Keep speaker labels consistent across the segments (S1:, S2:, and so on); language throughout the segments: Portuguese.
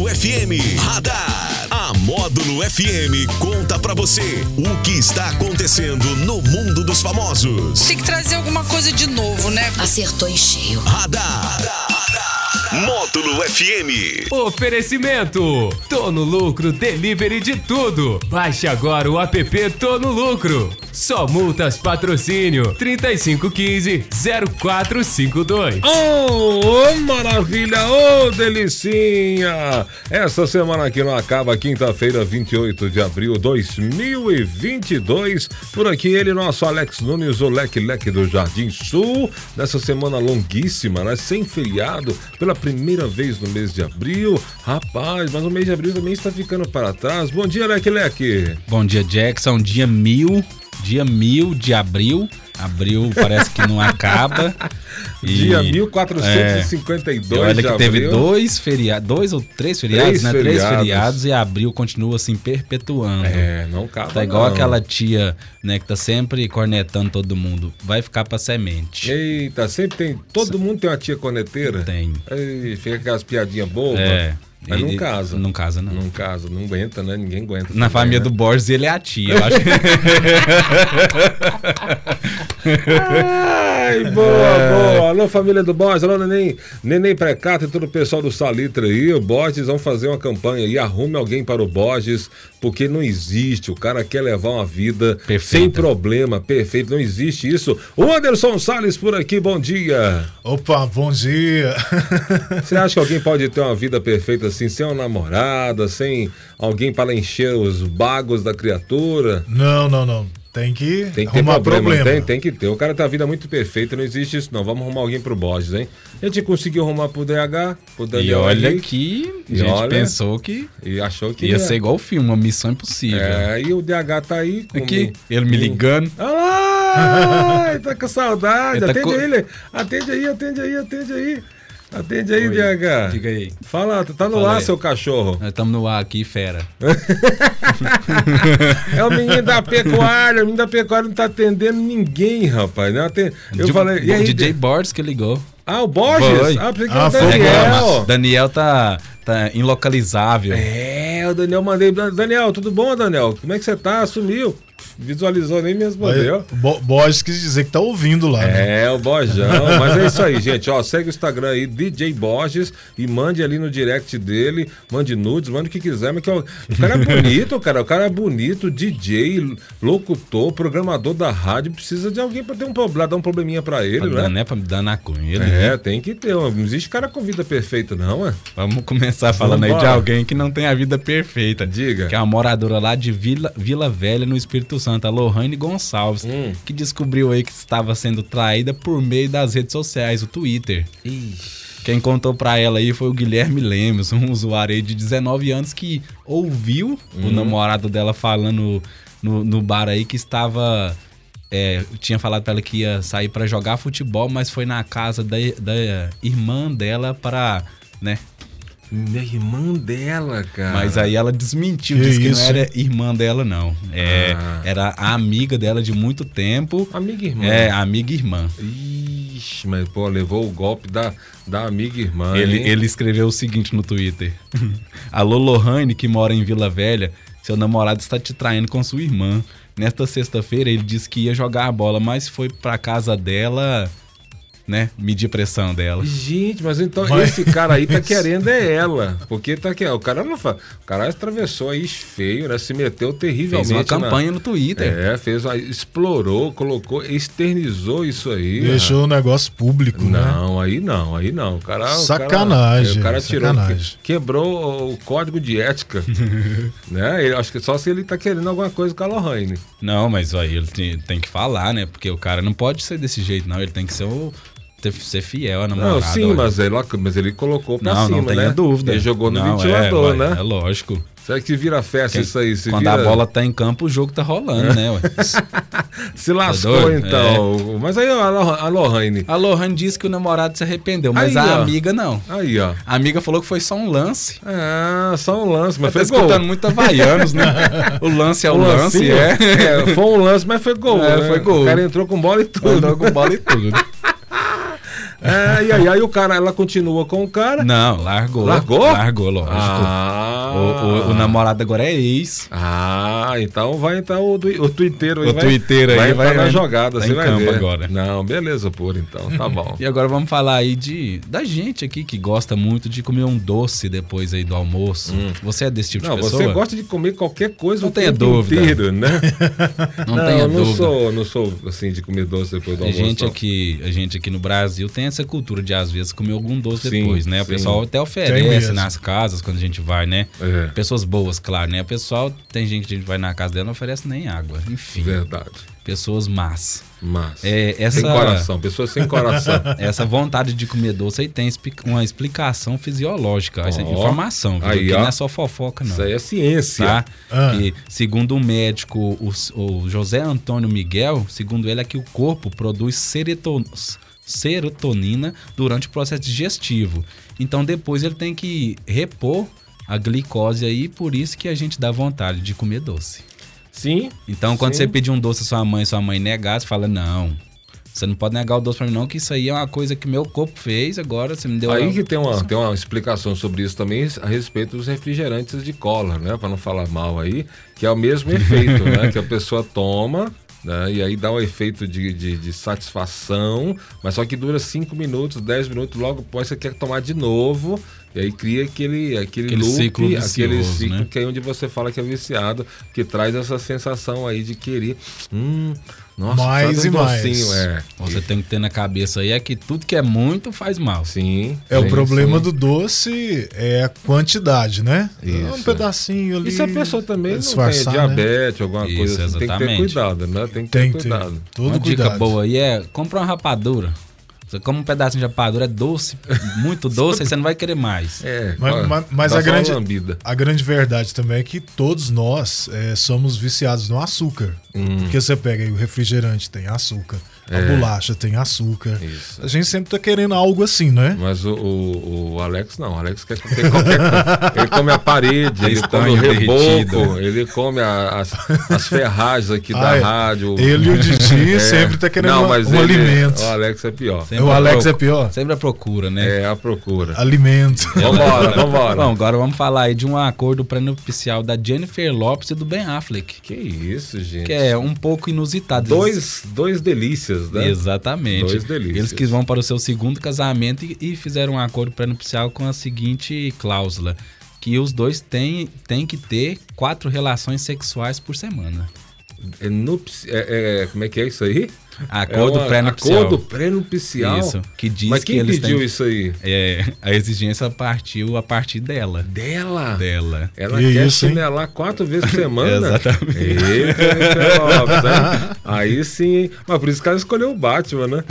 S1: FM Radar. A Módulo FM conta pra você o que está acontecendo no mundo dos famosos.
S2: Tem que trazer alguma coisa de novo, né?
S3: Acertou em cheio.
S1: Radar. Módulo FM.
S4: Oferecimento: Tô no lucro, delivery de tudo. Baixe agora o app Tô no lucro. Só multas patrocínio 3515 0452.
S5: Ô, ô, maravilha, ô, delicinha! Essa semana que não acaba, quinta-feira, 28 de abril de 2022. Por aqui ele, nosso Alex Nunes, o Leque Leque do Jardim Sul. Nessa semana longuíssima, né? Sem feriado, pela primeira vez no mês de abril. Rapaz, mas o mês de abril também está ficando para trás. Bom dia, Leque Leque!
S6: Bom dia, Jackson. Dia mil, dia mil de abril. Abril parece que não é. acaba. E é,
S5: Dia 1452
S6: Olha
S5: de
S6: que teve
S5: abril.
S6: dois feriados, dois ou três feriados,
S5: Três
S6: né? Três
S5: feriados.
S6: feriados e abril continua assim perpetuando.
S5: É, não acaba.
S6: Tá igual
S5: não.
S6: aquela tia, né, que tá sempre cornetando todo mundo. Vai ficar pra semente.
S5: Eita, sempre tem. Todo mundo tem uma tia corneteira?
S6: Tem.
S5: Ei, fica aquelas piadinhas bobas.
S6: É.
S5: Mas
S6: E-
S5: não
S6: e-
S5: casa.
S6: Não casa, não.
S5: Não casa, não aguenta, né? Ninguém aguenta.
S6: Na
S5: também,
S6: família
S5: né?
S6: do Borges ele é a tia, eu acho.
S5: Ai,
S6: É.
S5: boa, boa. Alô, família do Borges, alô, neném, neném Precato e todo o pessoal do Salitre aí. O Borges vão fazer uma campanha aí. Arrume alguém para o Borges, porque não existe. O cara quer levar uma vida
S6: Perfeita.
S5: sem problema, perfeito. Não existe isso. O Anderson Salles por aqui, bom dia.
S7: Opa, bom dia.
S5: Você acha que alguém pode ter uma vida perfeita assim, sem uma namorada, sem alguém para encher os bagos da criatura?
S7: Não, não, não. Tem que,
S5: Tem que ter
S7: arrumar
S5: problema,
S7: problema.
S5: Tem, tem que ter. O cara tá a vida muito perfeita, não existe isso não. Vamos arrumar alguém pro Borges, hein? A gente conseguiu arrumar pro DH, pro
S6: e
S5: Daniel
S6: olha
S5: Henrique,
S6: que a
S5: E
S6: gente
S5: olha.
S6: pensou que
S5: E achou que
S6: ia ser igual o filme, uma missão impossível.
S5: É, e o DH tá aí. com-
S6: Aqui, ele me ligando.
S5: Olha lá! ele tá com saudade.
S6: Ele tá
S5: atende
S6: co-
S5: aí, Le- atende aí, atende aí, atende aí. Atende aí, DH.
S6: Diga aí.
S5: Fala, tá no
S6: Fala
S5: ar,
S6: aí.
S5: seu cachorro.
S6: Nós estamos no ar aqui, fera.
S5: É o menino da pecuária, o menino da pecuária não tá atendendo ninguém, rapaz. Não aten- Eu
S6: Di-
S5: falei, e aí,
S6: DJ Borges que ligou.
S5: Ah, o Borges?
S6: Foi.
S5: Ah, pensei que
S7: Ah,
S5: era o
S7: foi o
S5: Daniel.
S6: Reclama. Daniel tá, tá inlocalizável.
S5: É, o Daniel mandei. Daniel, tudo bom, Daniel? Como é que você tá? Sumiu. Visualizou, nem me
S7: Aí,
S5: respondeu.
S7: Bo- Borges quis dizer que tá ouvindo lá. né?
S5: É, o Borjão. Mas é isso aí, gente. Ó, segue o Instagram aí, DJ Borges, e mande ali no direct dele, mande nudes, mande o que quiser. Mas que, ó, o cara é bonito, cara. O cara é bonito, DJ, locutor, programador da rádio. Precisa de alguém pra ter um problema, dar um probleminha pra ele,
S6: Pra
S5: né?
S6: dar, né? Pra me dar na cunha. Ele,
S5: É, tem que ter. Não existe cara com vida perfeita, não, é?
S6: Vamos começar falando aí de
S5: Vambora.
S6: alguém que não tem a vida perfeita.
S5: Diga.
S6: Que é uma moradora lá de Vila, Vila Velha, no Espírito Santo, a Lohane Gonçalves,
S5: Hum.
S6: que descobriu aí que estava sendo traída por meio das redes sociais, o Twitter. Quem contou pra ela aí foi o Guilherme Lemos, um usuário aí de 19 anos que ouviu o namorado dela falando no, no bar aí que estava. é, tinha falado pra ela que ia sair pra jogar futebol, mas foi na casa da, da irmã dela pra. né?
S5: Minha irmã dela, cara.
S6: Mas aí ela desmentiu,
S7: Que
S6: disse que não
S7: isso?
S6: era irmã dela, não. É,
S5: Ah.
S6: Era a amiga dela de muito tempo.
S5: Amiga e irmã.
S6: É, amiga e irmã.
S5: Ixi, mas pô, levou o golpe da, da amiga e irmã.
S6: Ele,
S5: hein?
S6: ele escreveu o seguinte no Twitter: Alô Lohane, que mora em Vila Velha, seu namorado está te traindo com sua irmã. Nesta sexta-feira ele disse que ia jogar a bola, mas foi pra casa dela, né? Medir pressão dela.
S5: Gente, mas então
S7: Mas-
S5: esse cara aí tá querendo é ela. Porque tá que O cara não fa... O cara atravessou aí feio, né? Se meteu terrivelmente.
S6: Fez uma
S5: na-
S6: campanha no Twitter.
S5: né? É, fez uma... explorou, colocou, externizou isso aí.
S7: Deixou o negócio público, né?
S5: Não, aí não, aí não. O cara, o cara-
S7: Sacanagem,
S5: O cara, tirou,
S7: sacanagem.
S5: que- quebrou o código de ética. né? Ele- acho que só se ele tá querendo alguma coisa com a Lohane.
S6: Não, mas aí ele tem, tem que falar, né? Porque o cara não pode ser desse jeito, não. Ele tem que ser, o, ter- ser fiel à namorada.
S5: Não, sim,
S6: olha.
S5: mas ele, mas ele colocou pra
S6: Não,
S5: cima,
S6: não tenha
S5: né?
S6: dúvida.
S5: Ele jogou no
S6: Não,
S5: ventilador,
S6: é, ué,
S5: né?
S6: É lógico.
S5: Será que vira festa isso aí? Se,
S6: Quando
S5: vira... É.
S6: a bola tá em campo, o jogo tá rolando, né? Ué?
S5: se lascou,
S6: tá doido? é.
S5: então. Mas aí, ó, a Loh- a Lohane.
S6: A Lohan disse que o namorado se arrependeu, mas
S5: Aí,
S6: a
S5: ó.
S6: amiga não.
S5: Aí, ó.
S6: A amiga falou que foi só um lance.
S5: Ah, só um lance, mas
S6: Tá
S5: foi gol.
S6: escutando muito Havaianos, né? O lance é o,
S5: Um
S6: lance,
S5: lancinho.
S6: é.
S5: É, Foi um lance, mas foi gol.
S6: É,
S5: né?
S6: foi gol.
S5: O cara entrou com bola e tudo. né?
S6: Andou com bola e tudo.
S5: É, e aí, aí o cara, ela continua com o cara.
S6: Não, largou.
S5: Largou?
S6: Largou, lógico.
S5: Ah,
S6: O, o- o namorado agora é ex.
S5: Ah, então vai entrar o, twi- o twitteiro aí.
S6: O
S5: vai,
S6: twitteiro aí
S5: vai entrar
S6: vai-
S5: na
S6: vai-
S5: jogada,
S6: tá
S5: você
S6: em
S5: vai
S6: campo
S5: ver.
S6: agora.
S5: Não, beleza, pura, então, tá bom.
S6: E agora vamos falar aí de da gente aqui que gosta muito de comer um doce depois aí do almoço. Você é desse tipo
S5: Hum. Não,
S6: de
S5: você
S6: pessoa?
S5: gosta de comer qualquer coisa
S6: Não
S5: o
S6: tenha
S5: tempo
S6: dúvida.
S5: inteiro, né?
S6: Não tenha
S5: eu não
S6: dúvida.
S5: sou, não sou assim de comer doce depois do
S6: A
S5: almoço.
S6: gente
S5: não.
S6: aqui, a gente aqui no Brasil tem essa cultura de às vezes comer algum doce
S5: Sim,
S6: depois, né? O
S5: sim.
S6: pessoal até
S7: Tem
S6: oferece
S7: mesmo.
S6: nas casas quando a gente vai, né?
S5: É.
S6: Pessoas boas, claro, né? O pessoal tem gente que a gente vai na casa dela não oferece nem água. Enfim,
S5: Verdade.
S6: pessoas más.
S5: Mas.
S6: É, essa-
S5: Sem coração, pessoas sem coração.
S6: Essa vontade de comer doce aí tem expli- uma explicação fisiológica, essa
S5: Ó.
S6: informação, viu?
S5: Aí,
S6: que
S5: ó.
S6: não é só fofoca, não.
S5: Isso aí é ciência.
S6: tá?
S7: Ah.
S6: Que, segundo o médico, o, s- o José Antônio Miguel, segundo ele, é que o corpo produz sereton- s- serotonina durante o processo digestivo. Então depois ele tem que repor a glicose aí, por isso que a gente dá vontade de comer doce.
S5: Sim.
S6: Então quando
S5: Sim.
S6: você pedir um doce à sua mãe, sua mãe negar, você fala, não... Você não pode negar o doce pra mim, não, que isso aí é uma coisa que meu corpo fez, agora você me deu.
S5: Aí
S6: a-
S5: que tem uma, tem uma explicação sobre isso também a respeito dos refrigerantes de cola, né? Para não falar mal aí, que é o mesmo efeito, né? Que a pessoa toma. Né? E aí dá um efeito de, de, de satisfação, mas só que dura 5 minutos, 10 minutos, logo depois você quer tomar de novo, e aí cria aquele, aquele,
S6: Aquele
S5: loop,
S6: ciclo
S5: aquele
S6: vicioso,
S5: ciclo
S6: né?
S5: que é onde você fala que é viciado, que traz essa sensação aí de querer. Hum, nossa,
S7: Mais
S5: faz um
S7: e mais.
S5: docinho, é.
S6: Você tem que ter na cabeça aí é que tudo que é muito faz mal.
S5: Sim.
S7: É, o
S5: sim,
S7: problema
S5: sim.
S7: do doce é a quantidade, né?
S5: Isso.
S7: Um pedacinho ali.
S5: E se a pessoa também não tem
S7: disfarçar, né?
S5: diabetes, alguma
S6: Isso,
S5: coisa assim, tem que ter
S6: exatamente.
S5: cuidado, né? Tem que ter
S7: Tem que ter
S5: cuidado.
S7: todo
S6: uma
S7: cuidado.
S6: dica boa aí é compra uma rapadura. Você come um pedacinho de rapadura, é doce, muito doce, aí você não vai querer mais.
S5: É,
S7: Mas,
S5: ó,
S7: mas- mas
S5: dá
S7: a,
S5: só uma
S7: grande,
S5: lambida.
S7: a grande verdade também é que todos nós é, somos viciados no açúcar.
S5: Hum.
S7: Porque você pega aí o refrigerante, tem açúcar. A bolacha tem açúcar.
S5: É. Isso.
S7: A gente sempre tá querendo algo assim, né?
S5: Mas o, o- o Alex não, o Alex quer comer qualquer coisa. Ele come a parede, ele come o
S6: Estanho derretido.
S5: reboco, ele come a- as, as ferragens aqui da
S7: Ah, é.
S5: rádio. É.
S7: Ele e o Didi sempre tá querendo
S5: Não,
S7: uma-
S5: mas
S7: um
S5: ele-
S7: alimento.
S5: O Alex é pior.
S6: Sempre
S7: O
S6: a
S7: Alex é pior?
S6: Sempre a procura, né?
S5: É a procura.
S7: Ah, Alimento.
S5: Vambora, vambora.
S6: Bom, agora vamos falar aí de um acordo pré-nupcial da Jennifer Lopes e do Ben Affleck,
S5: Que isso, gente.
S6: que é um pouco inusitado.
S5: dois, dois delícias, né?
S6: Exatamente.
S5: Dois delícias.
S6: Eles que vão para o seu segundo casamento e, e fizeram um acordo pré-nupcial com a seguinte cláusula: que os dois têm, têm que ter quatro relações sexuais por semana.
S5: É nupci- é- é- como é que é isso aí?
S6: Acordo
S5: É uma-
S6: pré-nupcial.
S5: Acordo pré-nupcial.
S6: Isso. Que diz
S5: Mas quem
S6: que eles
S5: pediu
S6: têm.
S5: isso aí?
S6: É, a exigência partiu a partir dela.
S5: Dela.
S6: Dela.
S5: Ela
S7: Que
S5: quer
S7: isso, hein?
S5: chinelar quatro vezes por semana.
S6: Exatamente.
S5: Eita, Jennifer Lopes, hein? Aí sim, hein? Mas por isso que ela escolheu o Batman, né?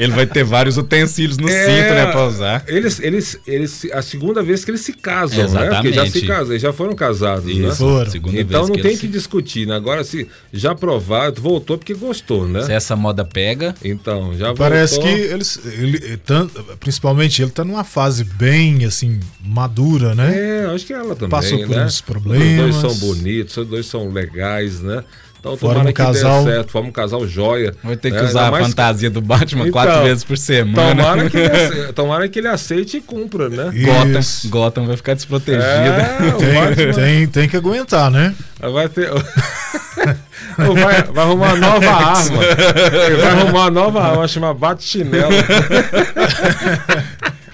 S6: Ele vai ter vários utensílios no
S5: É.
S6: cinto, né, pra usar.
S5: Eles, eles, eles, se- a segunda vez que eles se casam, né? Porque já se
S6: Exatamente.
S5: casam, eles já foram casados, né?
S7: Foram.
S6: Segunda
S5: então
S6: vez
S5: não tem
S6: eles-
S5: que discutir, né? Agora, se já provado, voltou porque gostou, né?
S6: Se essa moda pega,
S5: Então, já
S7: Parece que
S5: voltou.
S7: eles, ele, eh, tan- principalmente ele tá numa fase bem assim madura, né?
S5: É, acho que ela também.
S7: Passou por
S5: né?
S7: uns problemas.
S5: Os dois são bonitos, os dois são legais, né? Então,
S7: Forma
S5: tomara
S7: um
S5: que dê
S7: casal.
S5: certo. Forma um casal joia.
S6: vai ter que
S5: né?
S6: usar
S5: Ainda
S6: a né?
S5: mais-
S6: fantasia do Batman quatro
S5: Então,
S6: vezes por semana.
S5: Tomara que, ele ace- tomara que ele aceite e cumpra, né?
S7: Isso.
S6: Gotham, Gotham vai ficar desprotegida.
S5: É, o
S7: Tem,
S5: Batman
S7: tem, tem que aguentar, né?
S5: vai ter. Ou vai, vai arrumar uma nova arma. Ele vai arrumar uma nova arma, chama bate-chinelo.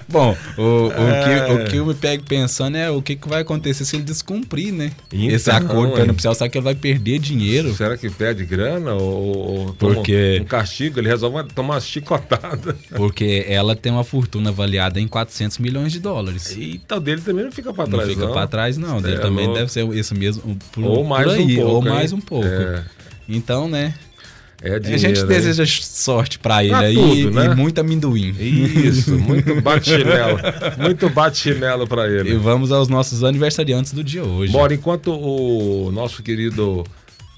S6: Bom, o, o, que,
S5: É.
S6: o que eu me pego pensando é o que, que vai acontecer se ele descumprir, né?
S5: Então,
S6: Esse acordo
S5: hein?
S6: pré-nupcial, sabe que ele vai perder dinheiro?
S5: Será que perde grana ou, ou toma
S6: Porque-
S5: um castigo? Ele resolve tomar uma chicotada.
S6: Porque ela tem uma fortuna avaliada em 400 milhões de dólares.
S5: Eita, o dele também não fica pra
S6: Não
S5: trás,
S6: fica pra trás, tá não.
S5: Cê
S6: Dele
S5: é
S6: também
S5: louco.
S6: deve ser esse mesmo. um, por-
S5: Ou mais
S6: por
S5: um pouco.
S6: Ou
S5: hein?
S6: mais um pouco.
S5: É,
S6: Então, né?
S5: é dinheiro,
S6: a gente
S5: hein?
S6: deseja sorte pra ele
S5: Pra
S6: aí
S5: tudo,
S6: e-
S5: né?
S6: e muito amendoim.
S5: Isso, muito bate-chinelo. muito bate-chinelo pra
S6: E
S5: ele.
S6: vamos aos nossos aniversariantes do dia hoje.
S5: Bora, enquanto o nosso querido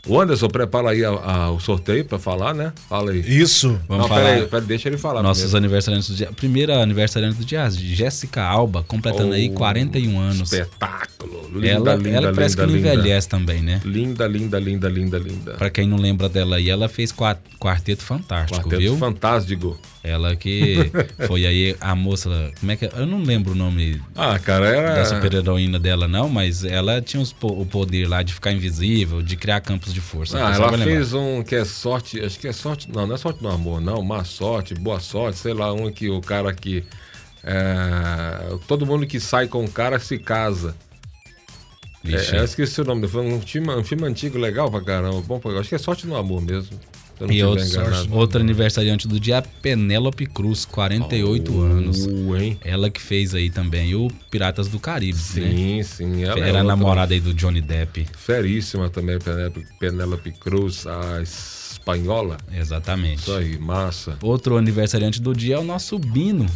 S5: o Anderson prepara aí a- a- o sorteio pra falar, né? Fala aí.
S7: Isso.
S6: Vamos
S5: Não,
S6: falar.
S5: peraí, peraí, deixa ele falar.
S6: Nossos
S5: primeiro.
S6: aniversariantes do dia. Primeira aniversariante do dia, Jéssica Alba, completando aí
S5: Oh,
S6: 41 anos.
S5: Espetáculo. Linda,
S6: Ela,
S5: linda,
S6: ela parece
S5: linda,
S6: que não
S5: linda.
S6: envelhece também, né?
S5: Linda, linda, linda, linda, linda.
S6: Pra quem não lembra dela aí, ela fez qua- Quarteto Fantástico,
S5: Quarteto
S6: viu?
S5: fantástico.
S6: Ela que foi aí a moça. Como é que. é? Eu não lembro o nome
S5: Ah, cara, era.
S6: da super-heroína dela, não, mas ela tinha os po- o poder lá de ficar invisível, de criar campos de força.
S5: Ah,
S6: Você
S5: ela
S6: vai lembrar.
S5: fez um que é sorte, acho que é sorte, não, não é sorte do amor, não, má sorte, boa sorte, sei lá, um que o cara que. é, todo mundo que sai com o cara se casa.
S6: Vixe.
S5: É, eu esqueci o nome, foi um filme, um filme antigo legal pra caramba, bom, pra- acho que é sorte no amor mesmo. se eu não
S6: E
S5: tiver
S6: outro,
S5: enganado.
S6: outro aniversariante do dia, Penélope Cruz, 48 anos.
S5: Uh, hein?
S6: Ela que fez aí também o Piratas do Caribe, né?
S5: Sim, sim. Ela
S6: Era
S5: é
S6: a
S5: outra
S6: namorada aí do Johnny Depp.
S5: Feríssima também, Penélope, Penélope Cruz, a espanhola.
S6: Exatamente.
S5: Isso aí, massa.
S6: Outro aniversariante do dia é o nosso Bino.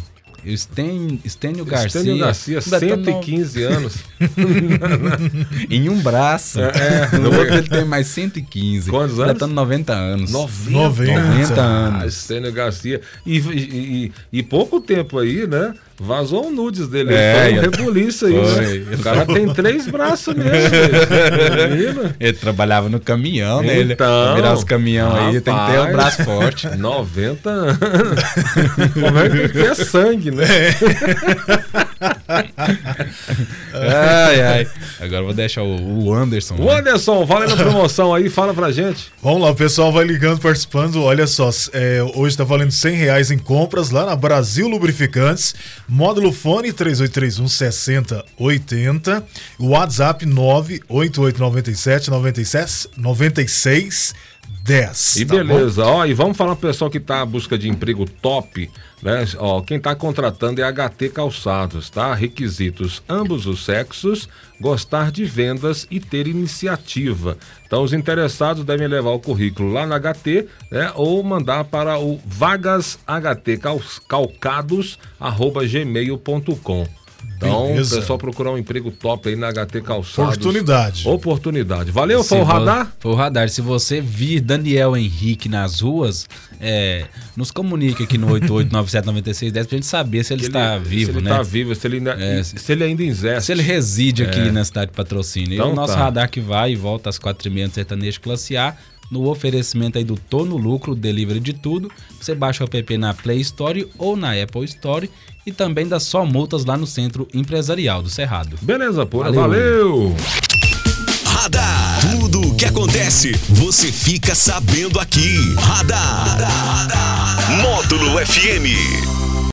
S6: O Sten, Estênio Garcia.
S5: Estênio Garcia,
S6: Ainda tá no-
S5: 115 anos.
S6: Em um braço.
S5: É, é.
S6: no outro ele tem mais 115.
S5: Quantos
S6: Ainda
S5: anos?
S6: tá no 90 anos.
S7: 90.
S6: 90
S5: Ah,
S6: anos.
S5: Estênio Garcia. E, e- e- e pouco tempo aí, né? Vazou um nudes dele.
S6: É,
S5: É, foi um
S6: eu-
S5: rebuliço aí.
S6: Foi.
S5: né? O cara tem três braços mesmo. Menina.
S6: Ele trabalhava no caminhão, né? Ele
S5: Então,
S6: pra virar os caminhão aí, tem que ter o
S5: rapaz.
S6: braço forte.
S5: 90 anos. Como é que tem que é sangue, né?
S6: Ai, ai. Agora eu vou deixar o, o Anderson.
S5: O Anderson, fala aí na promoção aí, fala pra gente.
S7: Vamos lá, o pessoal vai ligando, participando. Olha só, é, hoje tá valendo 100 reais em compras lá na Brasil Lubrificantes. Módulo fone 3831 6080. um, WhatsApp 98897 96, 96 10.
S5: E
S7: tá bom?
S5: beleza, ó, e vamos falar pro pessoal que tá à busca de emprego top, né? Ó, quem tá contratando é HT Calçados, tá? Requisitos: ambos os sexos, gostar de vendas e ter iniciativa. Então, os interessados devem levar o currículo lá na HT, né? Ou mandar para o vagashtcalcados.gmail.com. Então, o
S7: Beleza.
S5: pessoal procurar um emprego top aí na HT Calçados.
S7: Oportunidade.
S5: Oportunidade. Valeu,
S6: né? Se
S5: foi o
S6: vo-
S5: radar?
S6: Foi o radar. Se você vir Daniel Henrique nas ruas, é, nos comunique aqui no 88979610 pra gente saber se ele, está
S5: ele-
S6: vivo,
S5: se ele
S6: né?
S5: tá vivo, se ele, ainda,
S6: É,
S5: se ele ainda exerce.
S6: Se ele reside aqui na cidade de patrocínio.
S5: É. Então
S6: e o nosso
S5: tá.
S6: radar que vai e volta às 4h30 do sertanejo classe A. No oferecimento aí do Tô no Lucro, delivery de tudo. Você baixa o app na Play Store ou na Apple Store. E também dá só multas lá no Centro Empresarial do Cerrado.
S5: Beleza, pô.
S6: Valeu.
S5: valeu.
S1: Radar. Tudo o que acontece, você fica sabendo aqui. Radar. Módulo FM.